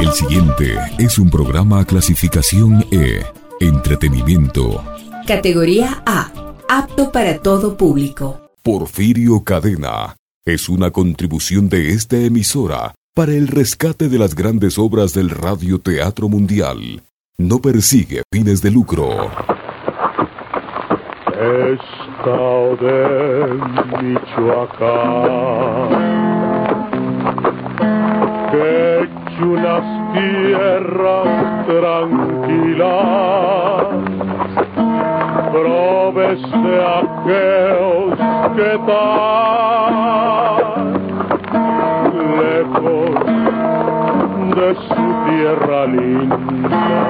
El siguiente es un programa clasificación E, entretenimiento. Categoría A. Apto para todo público. Porfirio Cadena es una contribución de esta emisora para el rescate de las grandes obras del Radio Teatro Mundial. No persigue fines de lucro. Estado de Michoacán, que chulas tierras tranquilas, probes de aquellos que tan lejos de su tierra linda.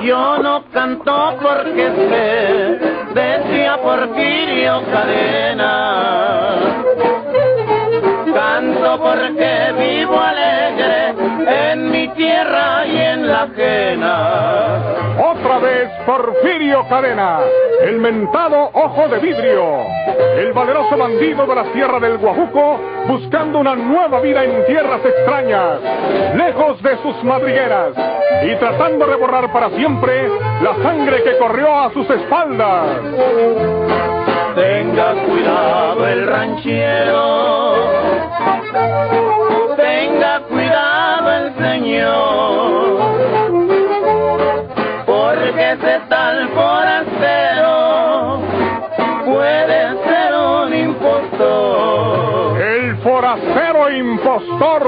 Yo no canto porque sé, decía Porfirio Cadena. Canto porque vivo alegre en mi tierra y en la ajena. Otra vez Porfirio Cadena, el mentado ojo de vidrio, el valeroso bandido de la tierra del Guajuco, buscando una nueva vida en tierras extrañas, lejos de sus madrigueras, y tratando de borrar para siempre la sangre que corrió a sus espaldas. Tenga cuidado el ranchero, tenga cuidado el señor, porque ese tal forastero puede ser un impostor. El forastero impostor.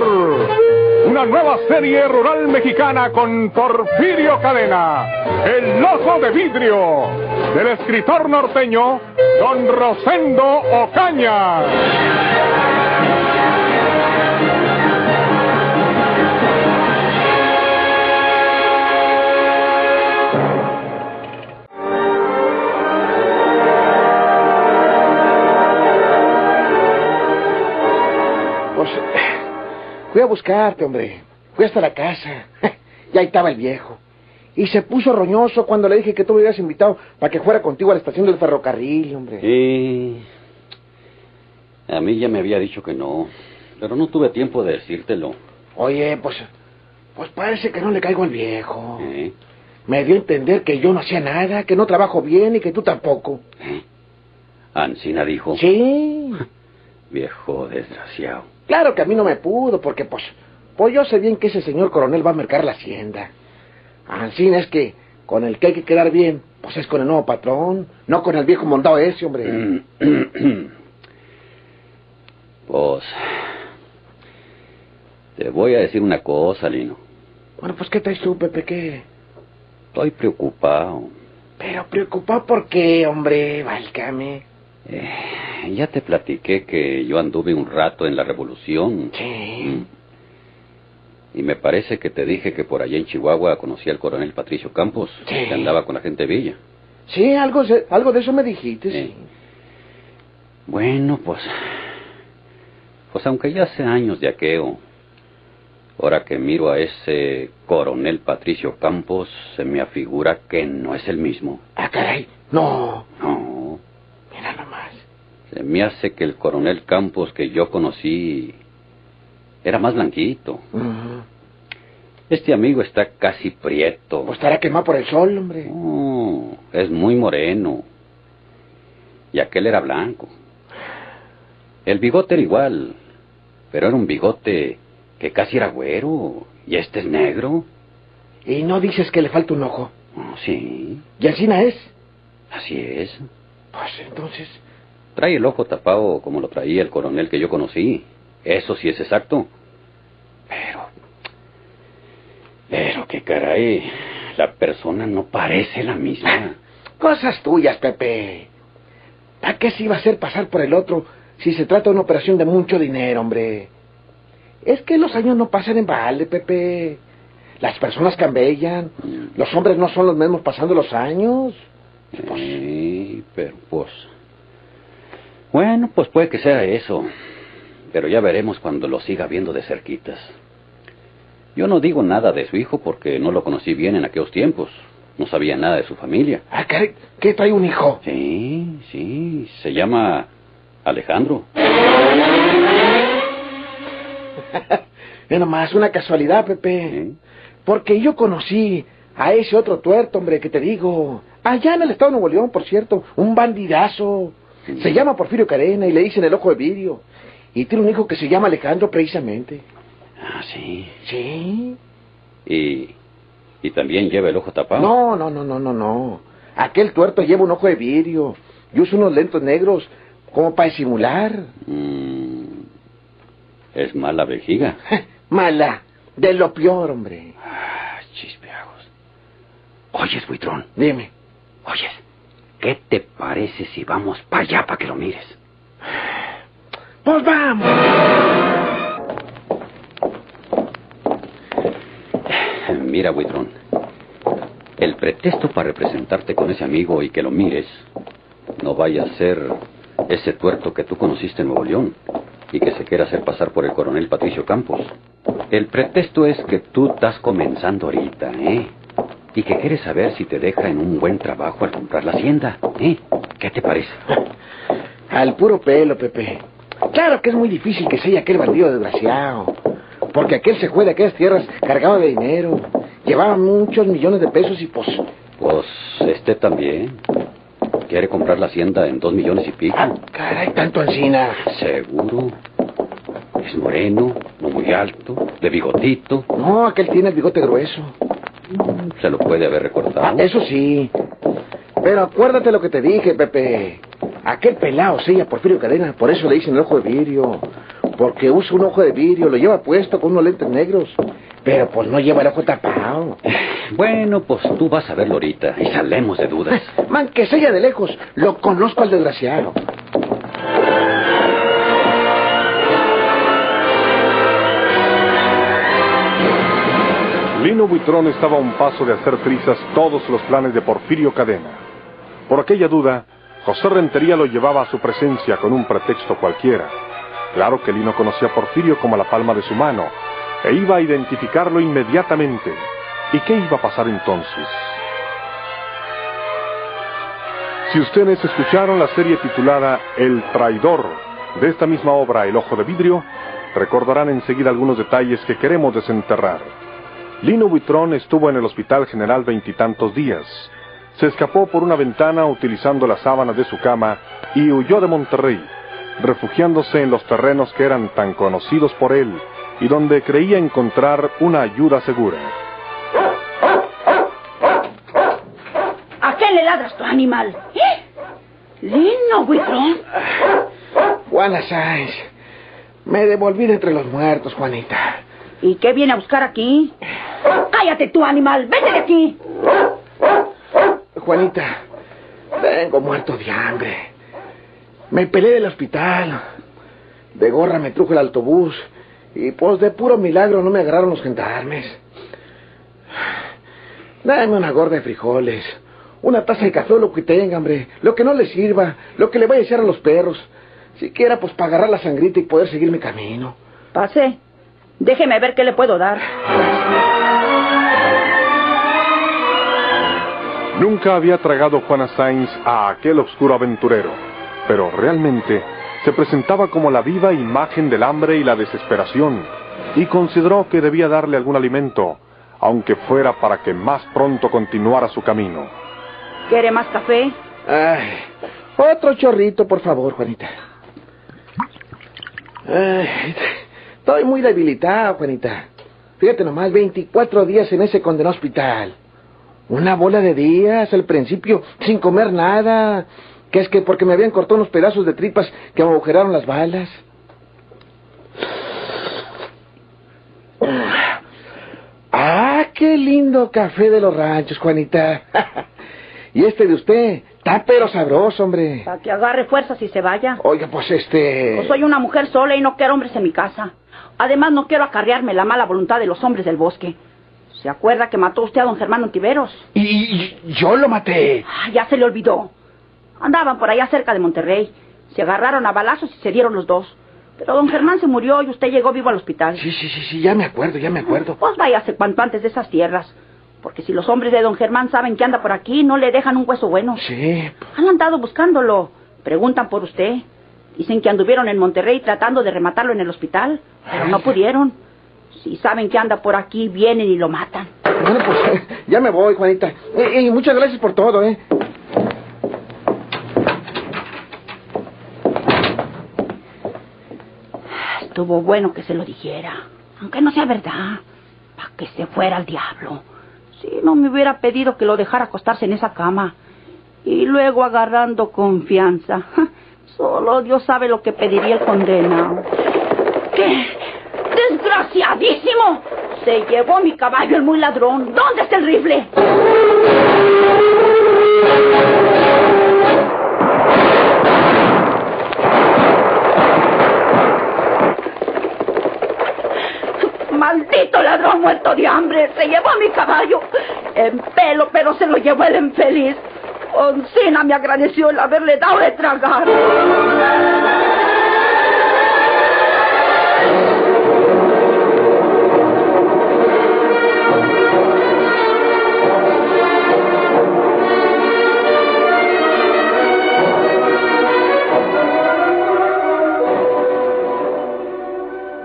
Una nueva serie rural mexicana con Porfirio Cadena, El Ojo de Vidrio, del escritor norteño Don Rosendo Ocaña. Pues, fui a buscarte, hombre. Fui hasta la casa. y ahí estaba el viejo. Y se puso roñoso cuando le dije que tú me habías invitado para que fuera contigo a la estación del ferrocarril, hombre. Sí. A mí ya me había dicho que no, pero no tuve tiempo de decírtelo. Oye, pues, pues parece que no le caigo al viejo. ¿eh? Me dio a entender que yo no hacía nada, que no trabajo bien y que tú tampoco. Ancina dijo. Sí. Viejo desgraciado. Claro que a mí no me pudo, porque pues, pues yo sé bien que ese señor coronel va a mercar la hacienda. Así es que con el que hay que quedar bien, pues es con el nuevo patrón, no con el viejo mondado ese, hombre. Pues. Te voy a decir una cosa, Lino. Bueno, pues ¿qué traes tú, Pepe? ¿Qué? Estoy preocupado. Pero preocupado por qué, hombre, válcame. Eh, ya te platiqué que yo anduve un rato en la revolución. Mm. Sí. Y me parece que te dije que por allá en Chihuahua conocí al coronel Patricio Campos, Sí. que andaba con la gente de Villa. Sí, algo, se- algo de eso me dijiste, sí. Eh, Bueno, pues. Pues aunque ya hace años de aqueo, ahora que miro a ese coronel Patricio Campos, se me afigura que no es el mismo. Ah, caray. No, No. mira nomás. Se me hace que el coronel Campos que yo conocí era más blanquito. Mm, Este amigo está casi prieto. Pues estará quemado por el sol, hombre. No, es muy moreno. Y aquel era blanco. El bigote era igual, pero era un bigote que casi era güero. Y este es negro. Y no dices que le falta un ojo. Oh, sí, ¿Y Alcina es? así es. Pues entonces... Trae el ojo tapado como lo traía el coronel que yo conocí. Eso sí es exacto. Pero... Pero qué caray. La persona no parece la misma. Cosas tuyas, Pepe. ¿Para qué se iba a hacer pasar por el otro si se trata de una operación de mucho dinero, hombre? Es que los años no pasan en balde, Pepe. Las personas cambian. Los hombres no son los mismos pasando los años. Sí, pero pues... Bueno, pues puede que sea eso. Pero ya veremos cuando lo siga viendo de cerquitas. Yo no digo nada de su hijo porque no lo conocí bien en aquellos tiempos. No sabía nada de su familia. Ah, caray, ¿qué trae un hijo? Sí, Ah, sí, se llama Alejandro. Ve nomás, una casualidad, Pepe. ¿Eh? Porque yo conocí a ese otro tuerto, hombre, que te digo. Allá en el estado de Nuevo León, por cierto, un bandidazo. Se llama Porfirio Carena y le dicen el ojo de vidrio. Y tiene un hijo que se llama Alejandro, precisamente. Ah, sí. Sí. Y, y también lleva el ojo tapado. No, no, no, no, no, no. Aquel tuerto lleva un ojo de vidrio y usa unos lentos negros como para disimular. Mm, es mala vejiga. Mala, de lo peor, hombre. Ah, chispeagos. Oyes, buitrón. Dime. Oyes. ¿Qué te parece si vamos para allá para que lo mires? Pues vamos. Mira, buitrón. El pretexto para representarte con ese amigo y que lo mires no vaya a ser ese tuerto que tú conociste en Nuevo León y que se quiera hacer pasar por el coronel Patricio Campos. El pretexto es que tú estás comenzando ahorita, ¿eh? Y que quieres saber si te deja en un buen trabajo al comprar la hacienda, ¿eh? ¿Qué te parece? Al puro pelo, Pepe. Claro que es muy difícil que sea aquel bandido desgraciado. Porque aquel se fue de aquellas tierras cargado de dinero. Llevaba muchos millones de pesos y pues... Pues este también. Quiere comprar la hacienda en dos millones y pico. ¡Ah, caray, tanto encina! Seguro. Es moreno, no muy alto, de bigotito. No, aquel tiene el bigote grueso. Se lo puede haber Ah, recortado. eso sí. Pero acuérdate lo que te dije, Pepe. Aquel pelado sí, a Porfirio Cadena, por eso le dicen el ojo de vidrio. Porque usa un ojo de vidrio, lo lleva puesto con unos lentes negros. Pero pues no lleva el ojo tapado. Bueno, pues tú vas a verlo ahorita y salemos de dudas. Man, que sea de lejos, lo conozco al desgraciado. Lino Buitrón estaba a un paso de hacer trizas todos los planes de Porfirio Cadena. Por aquella duda, José Rentería lo llevaba a su presencia con un pretexto cualquiera. Claro que Lino conocía a Porfirio como la palma de su mano e iba a identificarlo inmediatamente. ¿Y qué iba a pasar entonces? Si ustedes escucharon la serie titulada El traidor de esta misma obra El ojo de vidrio, recordarán enseguida algunos detalles que queremos desenterrar. Lino Buitrón estuvo en el Hospital General veintitantos días. Se escapó por una ventana utilizando la sábana de su cama y huyó de Monterrey, refugiándose en los terrenos que eran tan conocidos por él y donde creía encontrar una ayuda segura. ¿A qué le ladras tu animal? ¿Eh? Lino, buitrón. Juana Sáenz, me devolví de entre los muertos, Juanita. ¿Y qué viene a buscar aquí? ¡Cállate tu animal! ¡Vete de aquí! Juanita, vengo muerto de hambre. Me peleé del hospital. De gorra me trujo el autobús. Y pues de puro milagro no me agarraron los gendarmes. Dame una gorda de frijoles. Una taza de café o lo que tenga, hombre. Lo que no le sirva. Lo que le vaya a echar a los perros. Siquiera pues para agarrar la sangrita y poder seguir mi camino. Pase. Déjeme ver qué le puedo dar. Nunca había tragado Juana Sainz a aquel oscuro aventurero, pero realmente se presentaba como la viva imagen del hambre y la desesperación, y consideró que debía darle algún alimento, aunque fuera para que más pronto continuara su camino. ¿Quiere más café? Ay, otro chorrito, por favor, Juanita. Ay, estoy muy debilitado, Juanita. Fíjate nomás, 24 días en ese condenado hospital. Una bola de días al principio, sin comer nada. Que es que porque me habían cortado unos pedazos de tripas que me agujeraron las balas. Ah, qué lindo café de los ranchos, Juanita. y este de usted, está pero sabroso, hombre. Para que agarre fuerzas y se vaya. Oiga, pues este... Pues soy una mujer sola y no quiero hombres en mi casa. Además, no quiero acarrearme la mala voluntad de los hombres del bosque. ¿Se acuerda que mató usted a don Germán Ontiveros? Y, y- yo lo maté. Ah, ya se le olvidó. Andaban por allá cerca de Monterrey. Se agarraron a balazos y se dieron los dos. Pero don Germán se murió y usted llegó vivo al hospital. Sí, sí, sí, sí, ya me acuerdo, ya me acuerdo. Pues váyase cuanto antes de esas tierras. Porque si los hombres de don Germán saben que anda por aquí, no le dejan un hueso bueno. Sí, Han andado buscándolo. Preguntan por usted. Dicen que anduvieron en Monterrey tratando de rematarlo en el hospital, pero no pudieron. Si saben que anda por aquí, vienen y lo matan. Bueno, pues ya me voy, Juanita. Eh, eh, muchas gracias por todo, ¿eh? Estuvo bueno que se lo dijera, aunque no sea verdad, para que se fuera al diablo. Si no me hubiera pedido que lo dejara acostarse en esa cama. Y luego agarrando confianza. Solo Dios sabe lo que pediría el condenado. ¿Qué? ¡Desgraciadísimo! Se llevó mi caballo el muy ladrón. ¿Dónde está el rifle? ¡Maldito ladrón muerto de hambre! ¡Se llevó mi caballo! En pelo, pero se lo llevó el infeliz. Oncina me agradeció el haberle dado de tragar.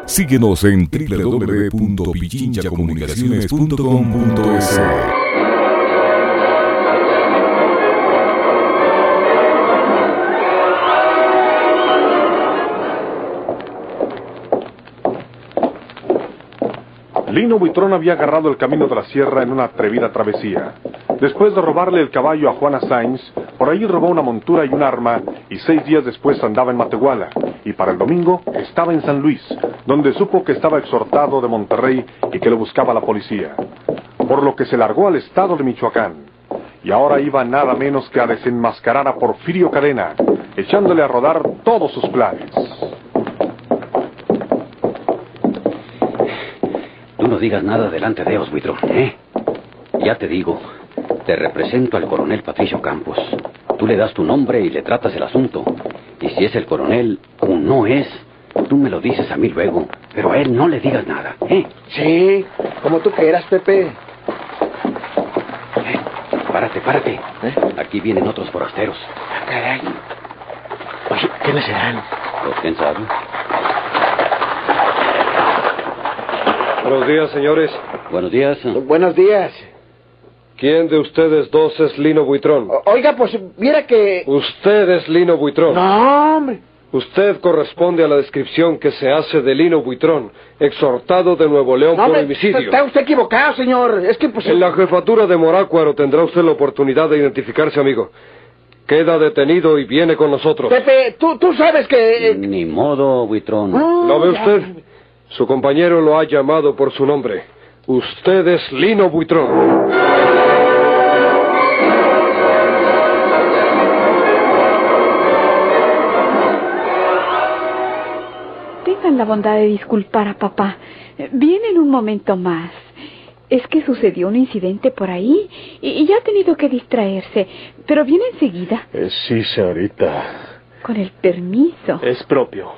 Síguenos en www.pichinchacomunicaciones.com.es. Lino Buitrón había agarrado el camino de la sierra en una atrevida travesía. Después de robarle el caballo a Juana Sainz, por ahí robó una montura y un arma y seis días después andaba en Matehuala. Y para el domingo estaba en San Luis, donde supo que estaba exhortado de Monterrey y que lo buscaba la policía. Por lo que se largó al estado de Michoacán. Y ahora iba nada menos que a desenmascarar a Porfirio Cadena, echándole a rodar todos sus planes. Tú no digas nada delante de ellos, buitrón, ¿eh? Ya te digo, te represento al coronel Patricio Campos. Tú le das tu nombre y le tratas el asunto. Y si es el coronel o no es, tú me lo dices a mí luego. Pero a él no le digas nada, ¿eh? Sí, como tú quieras, Pepe. Párate, párate. ¿Eh? Aquí vienen otros forasteros. Ah, caray. Oye, ¿quiénes serán? Pues, ¿Quién sabe? Buenos días, señores. Buenos días. Buenos días. ¿Quién de ustedes dos es Lino Buitrón? O- oiga, pues viera que... Usted es Lino Buitrón. No, hombre. Usted corresponde a la descripción que se hace de Lino Buitrón, exhortado de Nuevo León No, por hombre, homicidio. está usted equivocado, señor. Es que pues... En la jefatura de Morácuaro tendrá usted la oportunidad de identificarse, amigo. Queda detenido y viene con nosotros. Pepe, tú, tú sabes que... eh, Ni modo, buitrón. no, ¿Lo ve Ah, ya. usted? Su compañero lo ha llamado por su nombre. Usted es Lino Buitrón. Tengan la bondad de disculpar a papá. Vienen un momento más. Es que sucedió un incidente por ahí y, y ya ha tenido que distraerse, pero viene enseguida, Eh, sí, señorita. con el permiso. Es propio.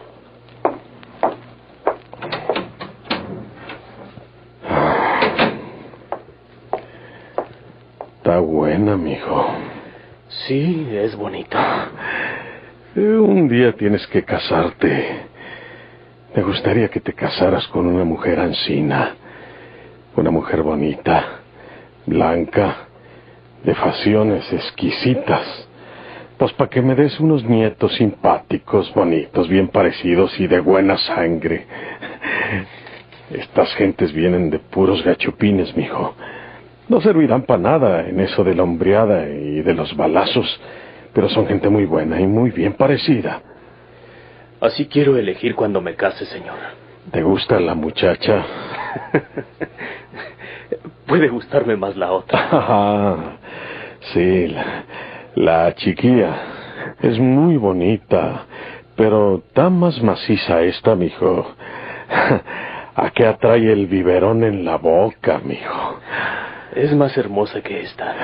Está buena, amigo. Sí, es bonito. Eh, Un día tienes que casarte. Me gustaría que te casaras con una mujer ancina, una mujer bonita, blanca, de facciones exquisitas. Pues para que me des unos nietos simpáticos, bonitos, bien parecidos y de buena sangre. Estas gentes vienen de puros gachupines, mijo. No servirán para nada en eso de la hombreada y de los balazos, pero son gente muy buena y muy bien parecida. Así quiero elegir cuando me case, señor. ¿Te gusta la muchacha? Puede gustarme más la otra. Ah, sí, la, la chiquilla. Es muy bonita, pero tan más maciza esta, mijo. ¿A qué atrae el biberón en la boca, mijo? Es más hermosa que esta.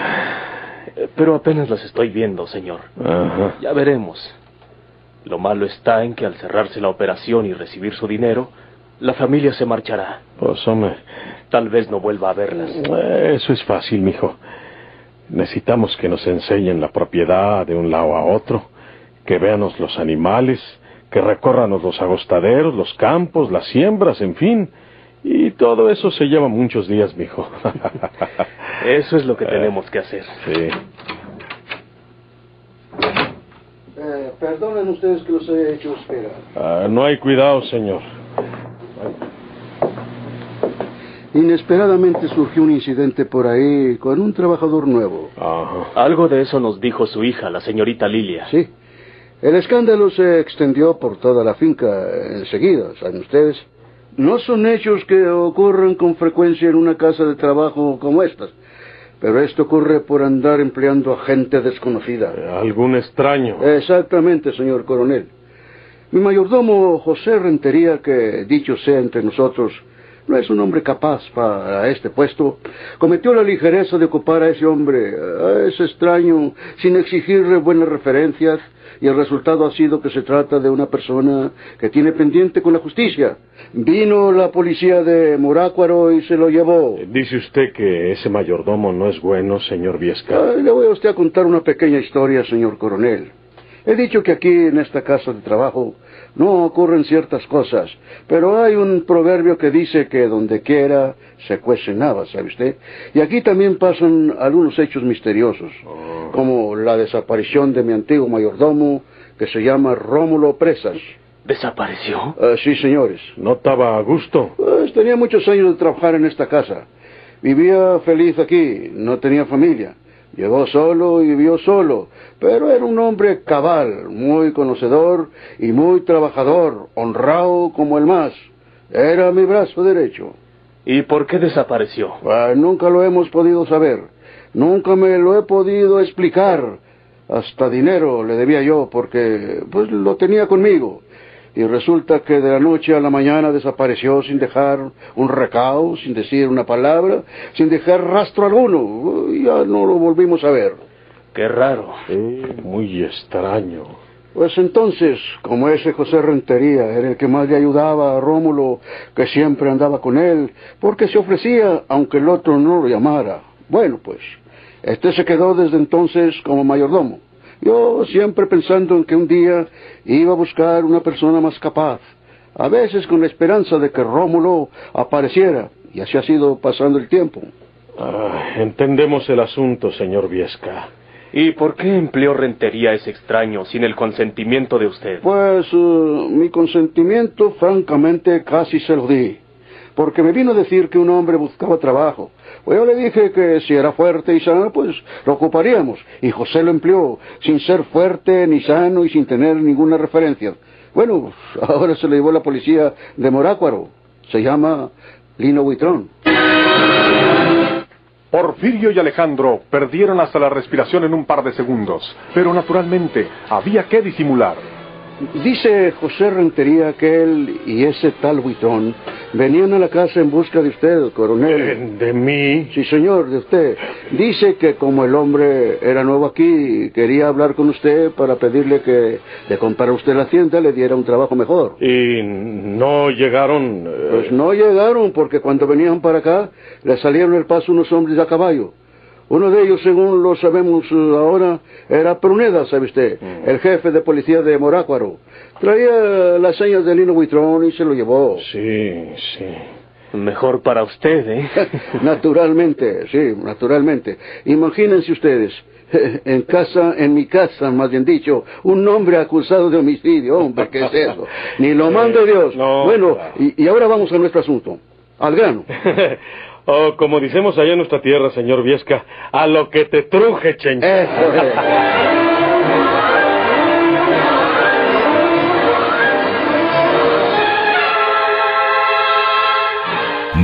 Eh, Pero apenas las estoy viendo, señor. Ajá. Ya veremos. Lo malo está en que al cerrarse la operación y recibir su dinero, la familia se marchará. Pues, hombre, Tal vez no vuelva a verlas. Eso es fácil, mijo. Necesitamos que nos enseñen la propiedad de un lado a otro, que veanos los animales, que recórranos los agostaderos, los campos, las siembras, en fin. Y todo eso se lleva muchos días, mijo. Eh, Eso es lo que tenemos que hacer. Sí. Eh, perdonen ustedes que los haya hecho esperar. Ah, no hay cuidado, señor. Inesperadamente surgió un incidente por ahí con un trabajador nuevo. Algo de eso nos dijo su hija, la señorita Lilia. Sí. El escándalo se extendió por toda la finca enseguida, ¿saben ustedes? No son hechos que ocurren con frecuencia en una casa de trabajo como estas, pero esto ocurre por andar empleando a gente desconocida. Algún extraño. Exactamente, señor coronel. Mi mayordomo José Rentería, que dicho sea entre nosotros, no es un hombre capaz para este puesto, cometió la ligereza de ocupar a ese hombre, a ese extraño, sin exigirle buenas referencias, y el resultado ha sido que se trata de una persona que tiene pendiente con la justicia. Vino la policía de Morácuaro y se lo llevó. Eh, Dice usted que ese mayordomo no es bueno, señor Viesca. Ay, le voy a usted a contar una pequeña historia, señor coronel. He dicho que aquí en esta casa de trabajo no ocurren ciertas cosas, pero hay un proverbio que dice que donde quiera se cuece nada, ¿sabe usted? Y aquí también pasan algunos hechos misteriosos, como la desaparición de mi antiguo mayordomo, que se llama Rómulo Presas. ¿Desapareció? Ah, sí, señores. ¿No estaba a gusto? Pues, tenía muchos años de trabajar en esta casa. Vivía feliz aquí, no tenía familia. Llegó solo y vivió solo, pero era un hombre cabal, muy conocedor y muy trabajador, honrado como el más. Era mi brazo derecho. ¿Y por qué desapareció? Ah, nunca lo hemos podido saber, nunca me lo he podido explicar. Hasta dinero le debía yo porque pues lo tenía conmigo. Y resulta que de la noche a la mañana desapareció sin dejar un recao, sin decir una palabra, sin dejar rastro alguno. Ya no lo volvimos a ver. Qué raro. muy extraño. Pues entonces, como ese José Rentería era el que más le ayudaba a Rómulo, que siempre andaba con él, porque se ofrecía aunque el otro no lo llamara. Bueno, pues, este se quedó desde entonces como mayordomo. Yo siempre pensando en que un día iba a buscar una persona más capaz, a veces con la esperanza de que Rómulo apareciera, y así ha sido pasando el tiempo. Ah, entendemos el asunto, señor Viesca. ¿Y por qué empleó rentería a ese extraño sin el consentimiento de usted? Pues eh, mi consentimiento, francamente, casi se lo di. Porque me vino a decir que un hombre buscaba trabajo. Pues yo le dije que si era fuerte y sano, pues lo ocuparíamos. Y José lo empleó, sin ser fuerte ni sano y sin tener ninguna referencia. Bueno, ahora se lo llevó la policía de Morácuaro. Se llama Lino Huitrón. Porfirio y Alejandro perdieron hasta la respiración en un par de segundos, pero naturalmente había que disimular. Dice José Rentería que él y ese tal Buitrón venían a la casa en busca de usted, coronel. Eh, ¿De mí? Sí, señor, de usted. Dice que como el hombre era nuevo aquí, quería hablar con usted para pedirle que le comprara usted la tienda, le diera un trabajo mejor. ¿Y no llegaron? eh, Pues no llegaron porque cuando venían para acá le salieron al paso unos hombres a caballo. Uno de ellos, según lo sabemos eh, ahora, era Pruneda, ¿sabe usted? Mm. El jefe de policía de Morácuaro. Traía las señas de Lino Buitrón y se lo llevó. Sí, sí. Mejor para usted, ¿eh? naturalmente, sí, naturalmente. Imagínense ustedes, en casa, en mi casa, más bien dicho, un hombre acusado de homicidio, hombre, ¿qué es eso? Ni lo mando Dios. Eh, no, bueno, claro. y, y ahora vamos a nuestro asunto, al grano. o Oh, como decimos allá en nuestra tierra, señor Viesca, a lo que te truje, chencha. Eso es.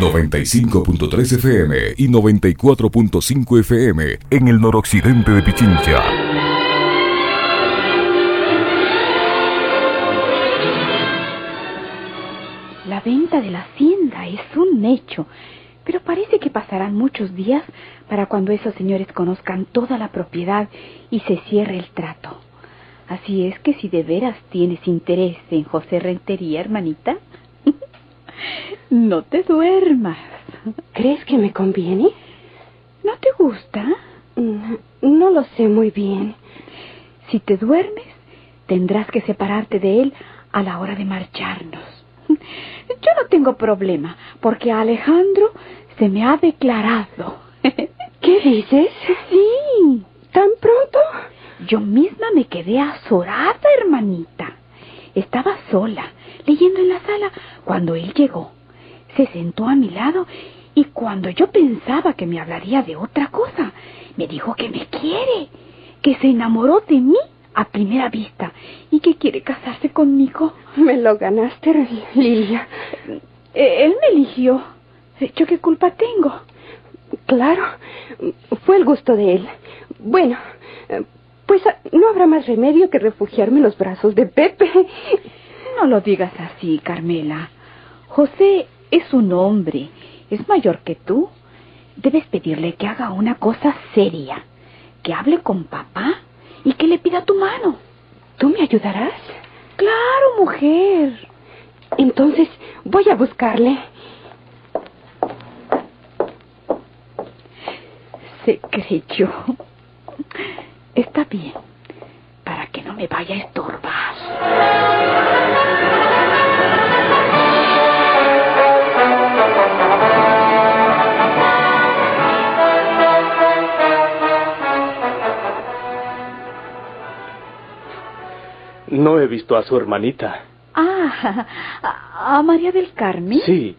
FM, 95.3 FM y 94.5 FM en el noroccidente de Pichincha. La venta de la hacienda es un hecho, pero parece que pasarán muchos días para cuando esos señores conozcan toda la propiedad y se cierre el trato. Así es que si de veras tienes interés en José Rentería, hermanita, no te duermas. ¿Crees que me conviene? ¿No te gusta? Mm, No lo sé muy bien. Si te duermes, tendrás que separarte de él a la hora de marcharnos. Yo no tengo problema, porque Alejandro se me ha declarado. ¿Qué dices? Sí. ¿Tan pronto? Yo misma me quedé azorada, hermanita. Estaba sola, leyendo en la sala, cuando él llegó. Se sentó a mi lado y cuando yo pensaba que me hablaría de otra cosa, me dijo que me quiere, que se enamoró de mí a primera vista y que quiere casarse conmigo. Me lo ganaste, Lilia. Eh, Él me eligió. ¿Yo qué culpa tengo? Claro, fue el gusto de él. Bueno, pues no habrá más remedio que refugiarme en los brazos de Pepe. No lo digas así, Carmela. José es un hombre, es mayor que tú. Debes pedirle que haga una cosa seria, que hable con papá y que le pida tu mano. ¿Tú me ayudarás? Claro, mujer. Entonces voy a buscarle. Se creyó. Está bien, para que no me vaya a estorbar. No he visto a su hermanita. Ah, ¿a María del Carmen? Sí.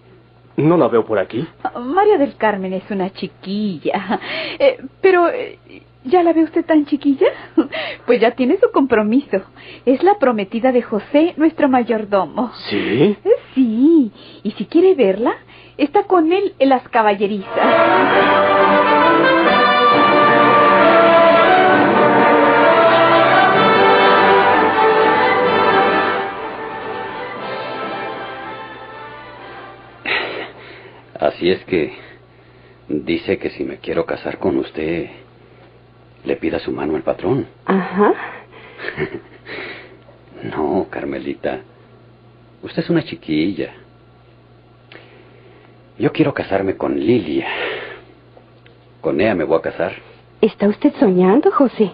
¿No la veo por aquí? María del Carmen es una chiquilla. Eh, pero, eh, ¿ya la ve usted tan chiquilla? Pues ya tiene su compromiso. Es la prometida de José, nuestro mayordomo. ¿Sí? Sí. Y si quiere verla, está con él en las caballerizas. Así es que dice que si me quiero casar con usted, le pida su mano al patrón. Ajá. no, Carmelita. Usted es una chiquilla. Yo quiero casarme con Lilia. Con ella me voy a casar. Está usted soñando, José.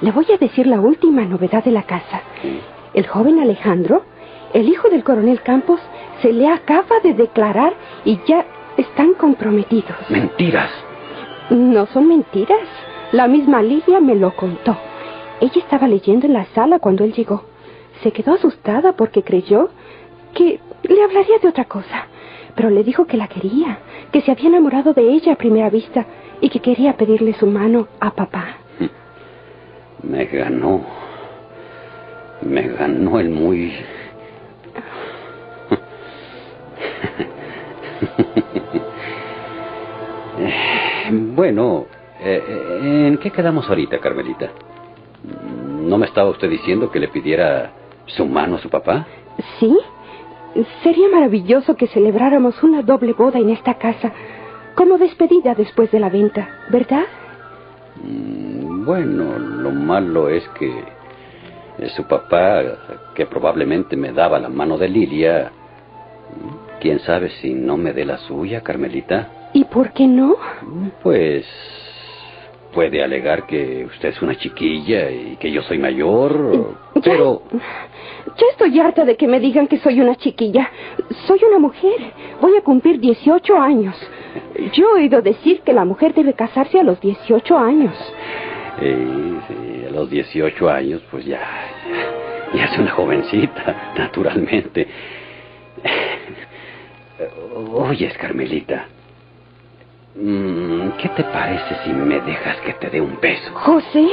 Le voy a decir la última novedad de la casa. ¿Sí? El joven Alejandro, el hijo del coronel Campos, se le acaba de declarar y ya están comprometidos. Mentiras. No son mentiras. La misma Lidia me lo contó. Ella estaba leyendo en la sala cuando él llegó. Se quedó asustada porque creyó que le hablaría de otra cosa. Pero le dijo que la quería, que se había enamorado de ella a primera vista y que quería pedirle su mano a papá. Me ganó. Me ganó el muy... bueno, eh, ¿en qué quedamos ahorita, Carmelita? ¿No me estaba usted diciendo que le pidiera su mano a su papá? Sí. Sería maravilloso que celebráramos una doble boda en esta casa, como despedida después de la venta, ¿verdad? Bueno, lo malo es que eh, su papá, que probablemente me daba la mano de Lilia, ¿Quién sabe si no me dé la suya, Carmelita? ¿Y por qué no? Pues puede alegar que usted es una chiquilla y que yo soy mayor, ya, pero... Ya estoy harta de que me digan que soy una chiquilla. Soy una mujer. Voy a cumplir 18 años. Yo he oído decir que la mujer debe casarse a los 18 años. Eh, sí, a los 18 años, pues ya, ya, ya es una jovencita, naturalmente. Oyes, Carmelita. mm, ¿Qué te parece si me dejas que te dé un beso? José,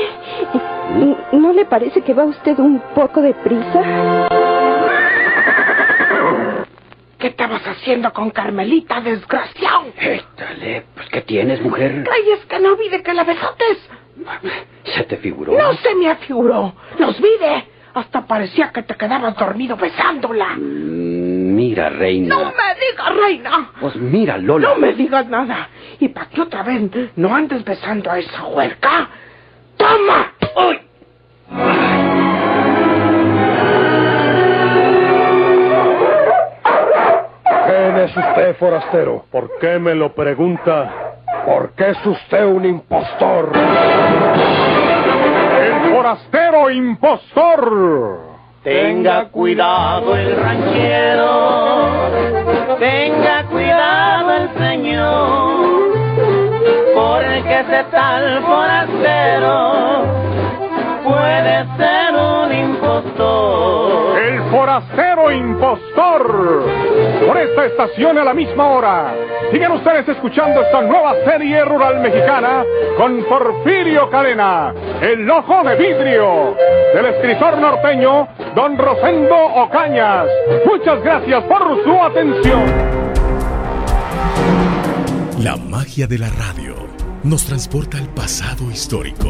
¿Mm? ¿no le parece que va usted un poco de prisa? ¿Qué estabas haciendo con Carmelita, desgraciado? Éstale, pues ¿qué tienes, mujer? ¿Crees que no vi de que la besotes? ¿Se te figuró? No se me afiguró. Los vi de. Hasta parecía que te quedabas dormido besándola. Mira, reina. No me digas, reina. Pues mira, Lola. No me digas nada. Y para que otra vez no andes besando a esa huerca. ¡Toma! ¡Uy! ¿Quién es usted, forastero? ¿Por qué me lo pregunta? Porque es usted un impostor. ¡El forastero impostor! Tenga cuidado el ranchero, tenga cuidado el señor, porque ese tal forastero puede ser un impostor. El forastero impostor. Por esta estación a la misma hora. Sigan ustedes escuchando esta nueva serie rural mexicana con Porfirio Cadena, El Ojo de Vidrio, del escritor norteño Don Rosendo Ocañas. Muchas gracias por su atención. La magia de la radio nos transporta al pasado histórico,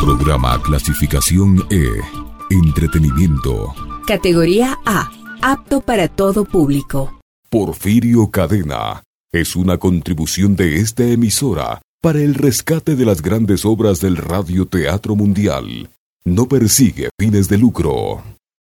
Programa clasificación E. Entretenimiento. Categoría A. Apto para todo público. Porfirio Cadena es una contribución de esta emisora para el rescate de las grandes obras del radioteatro mundial. No persigue fines de lucro.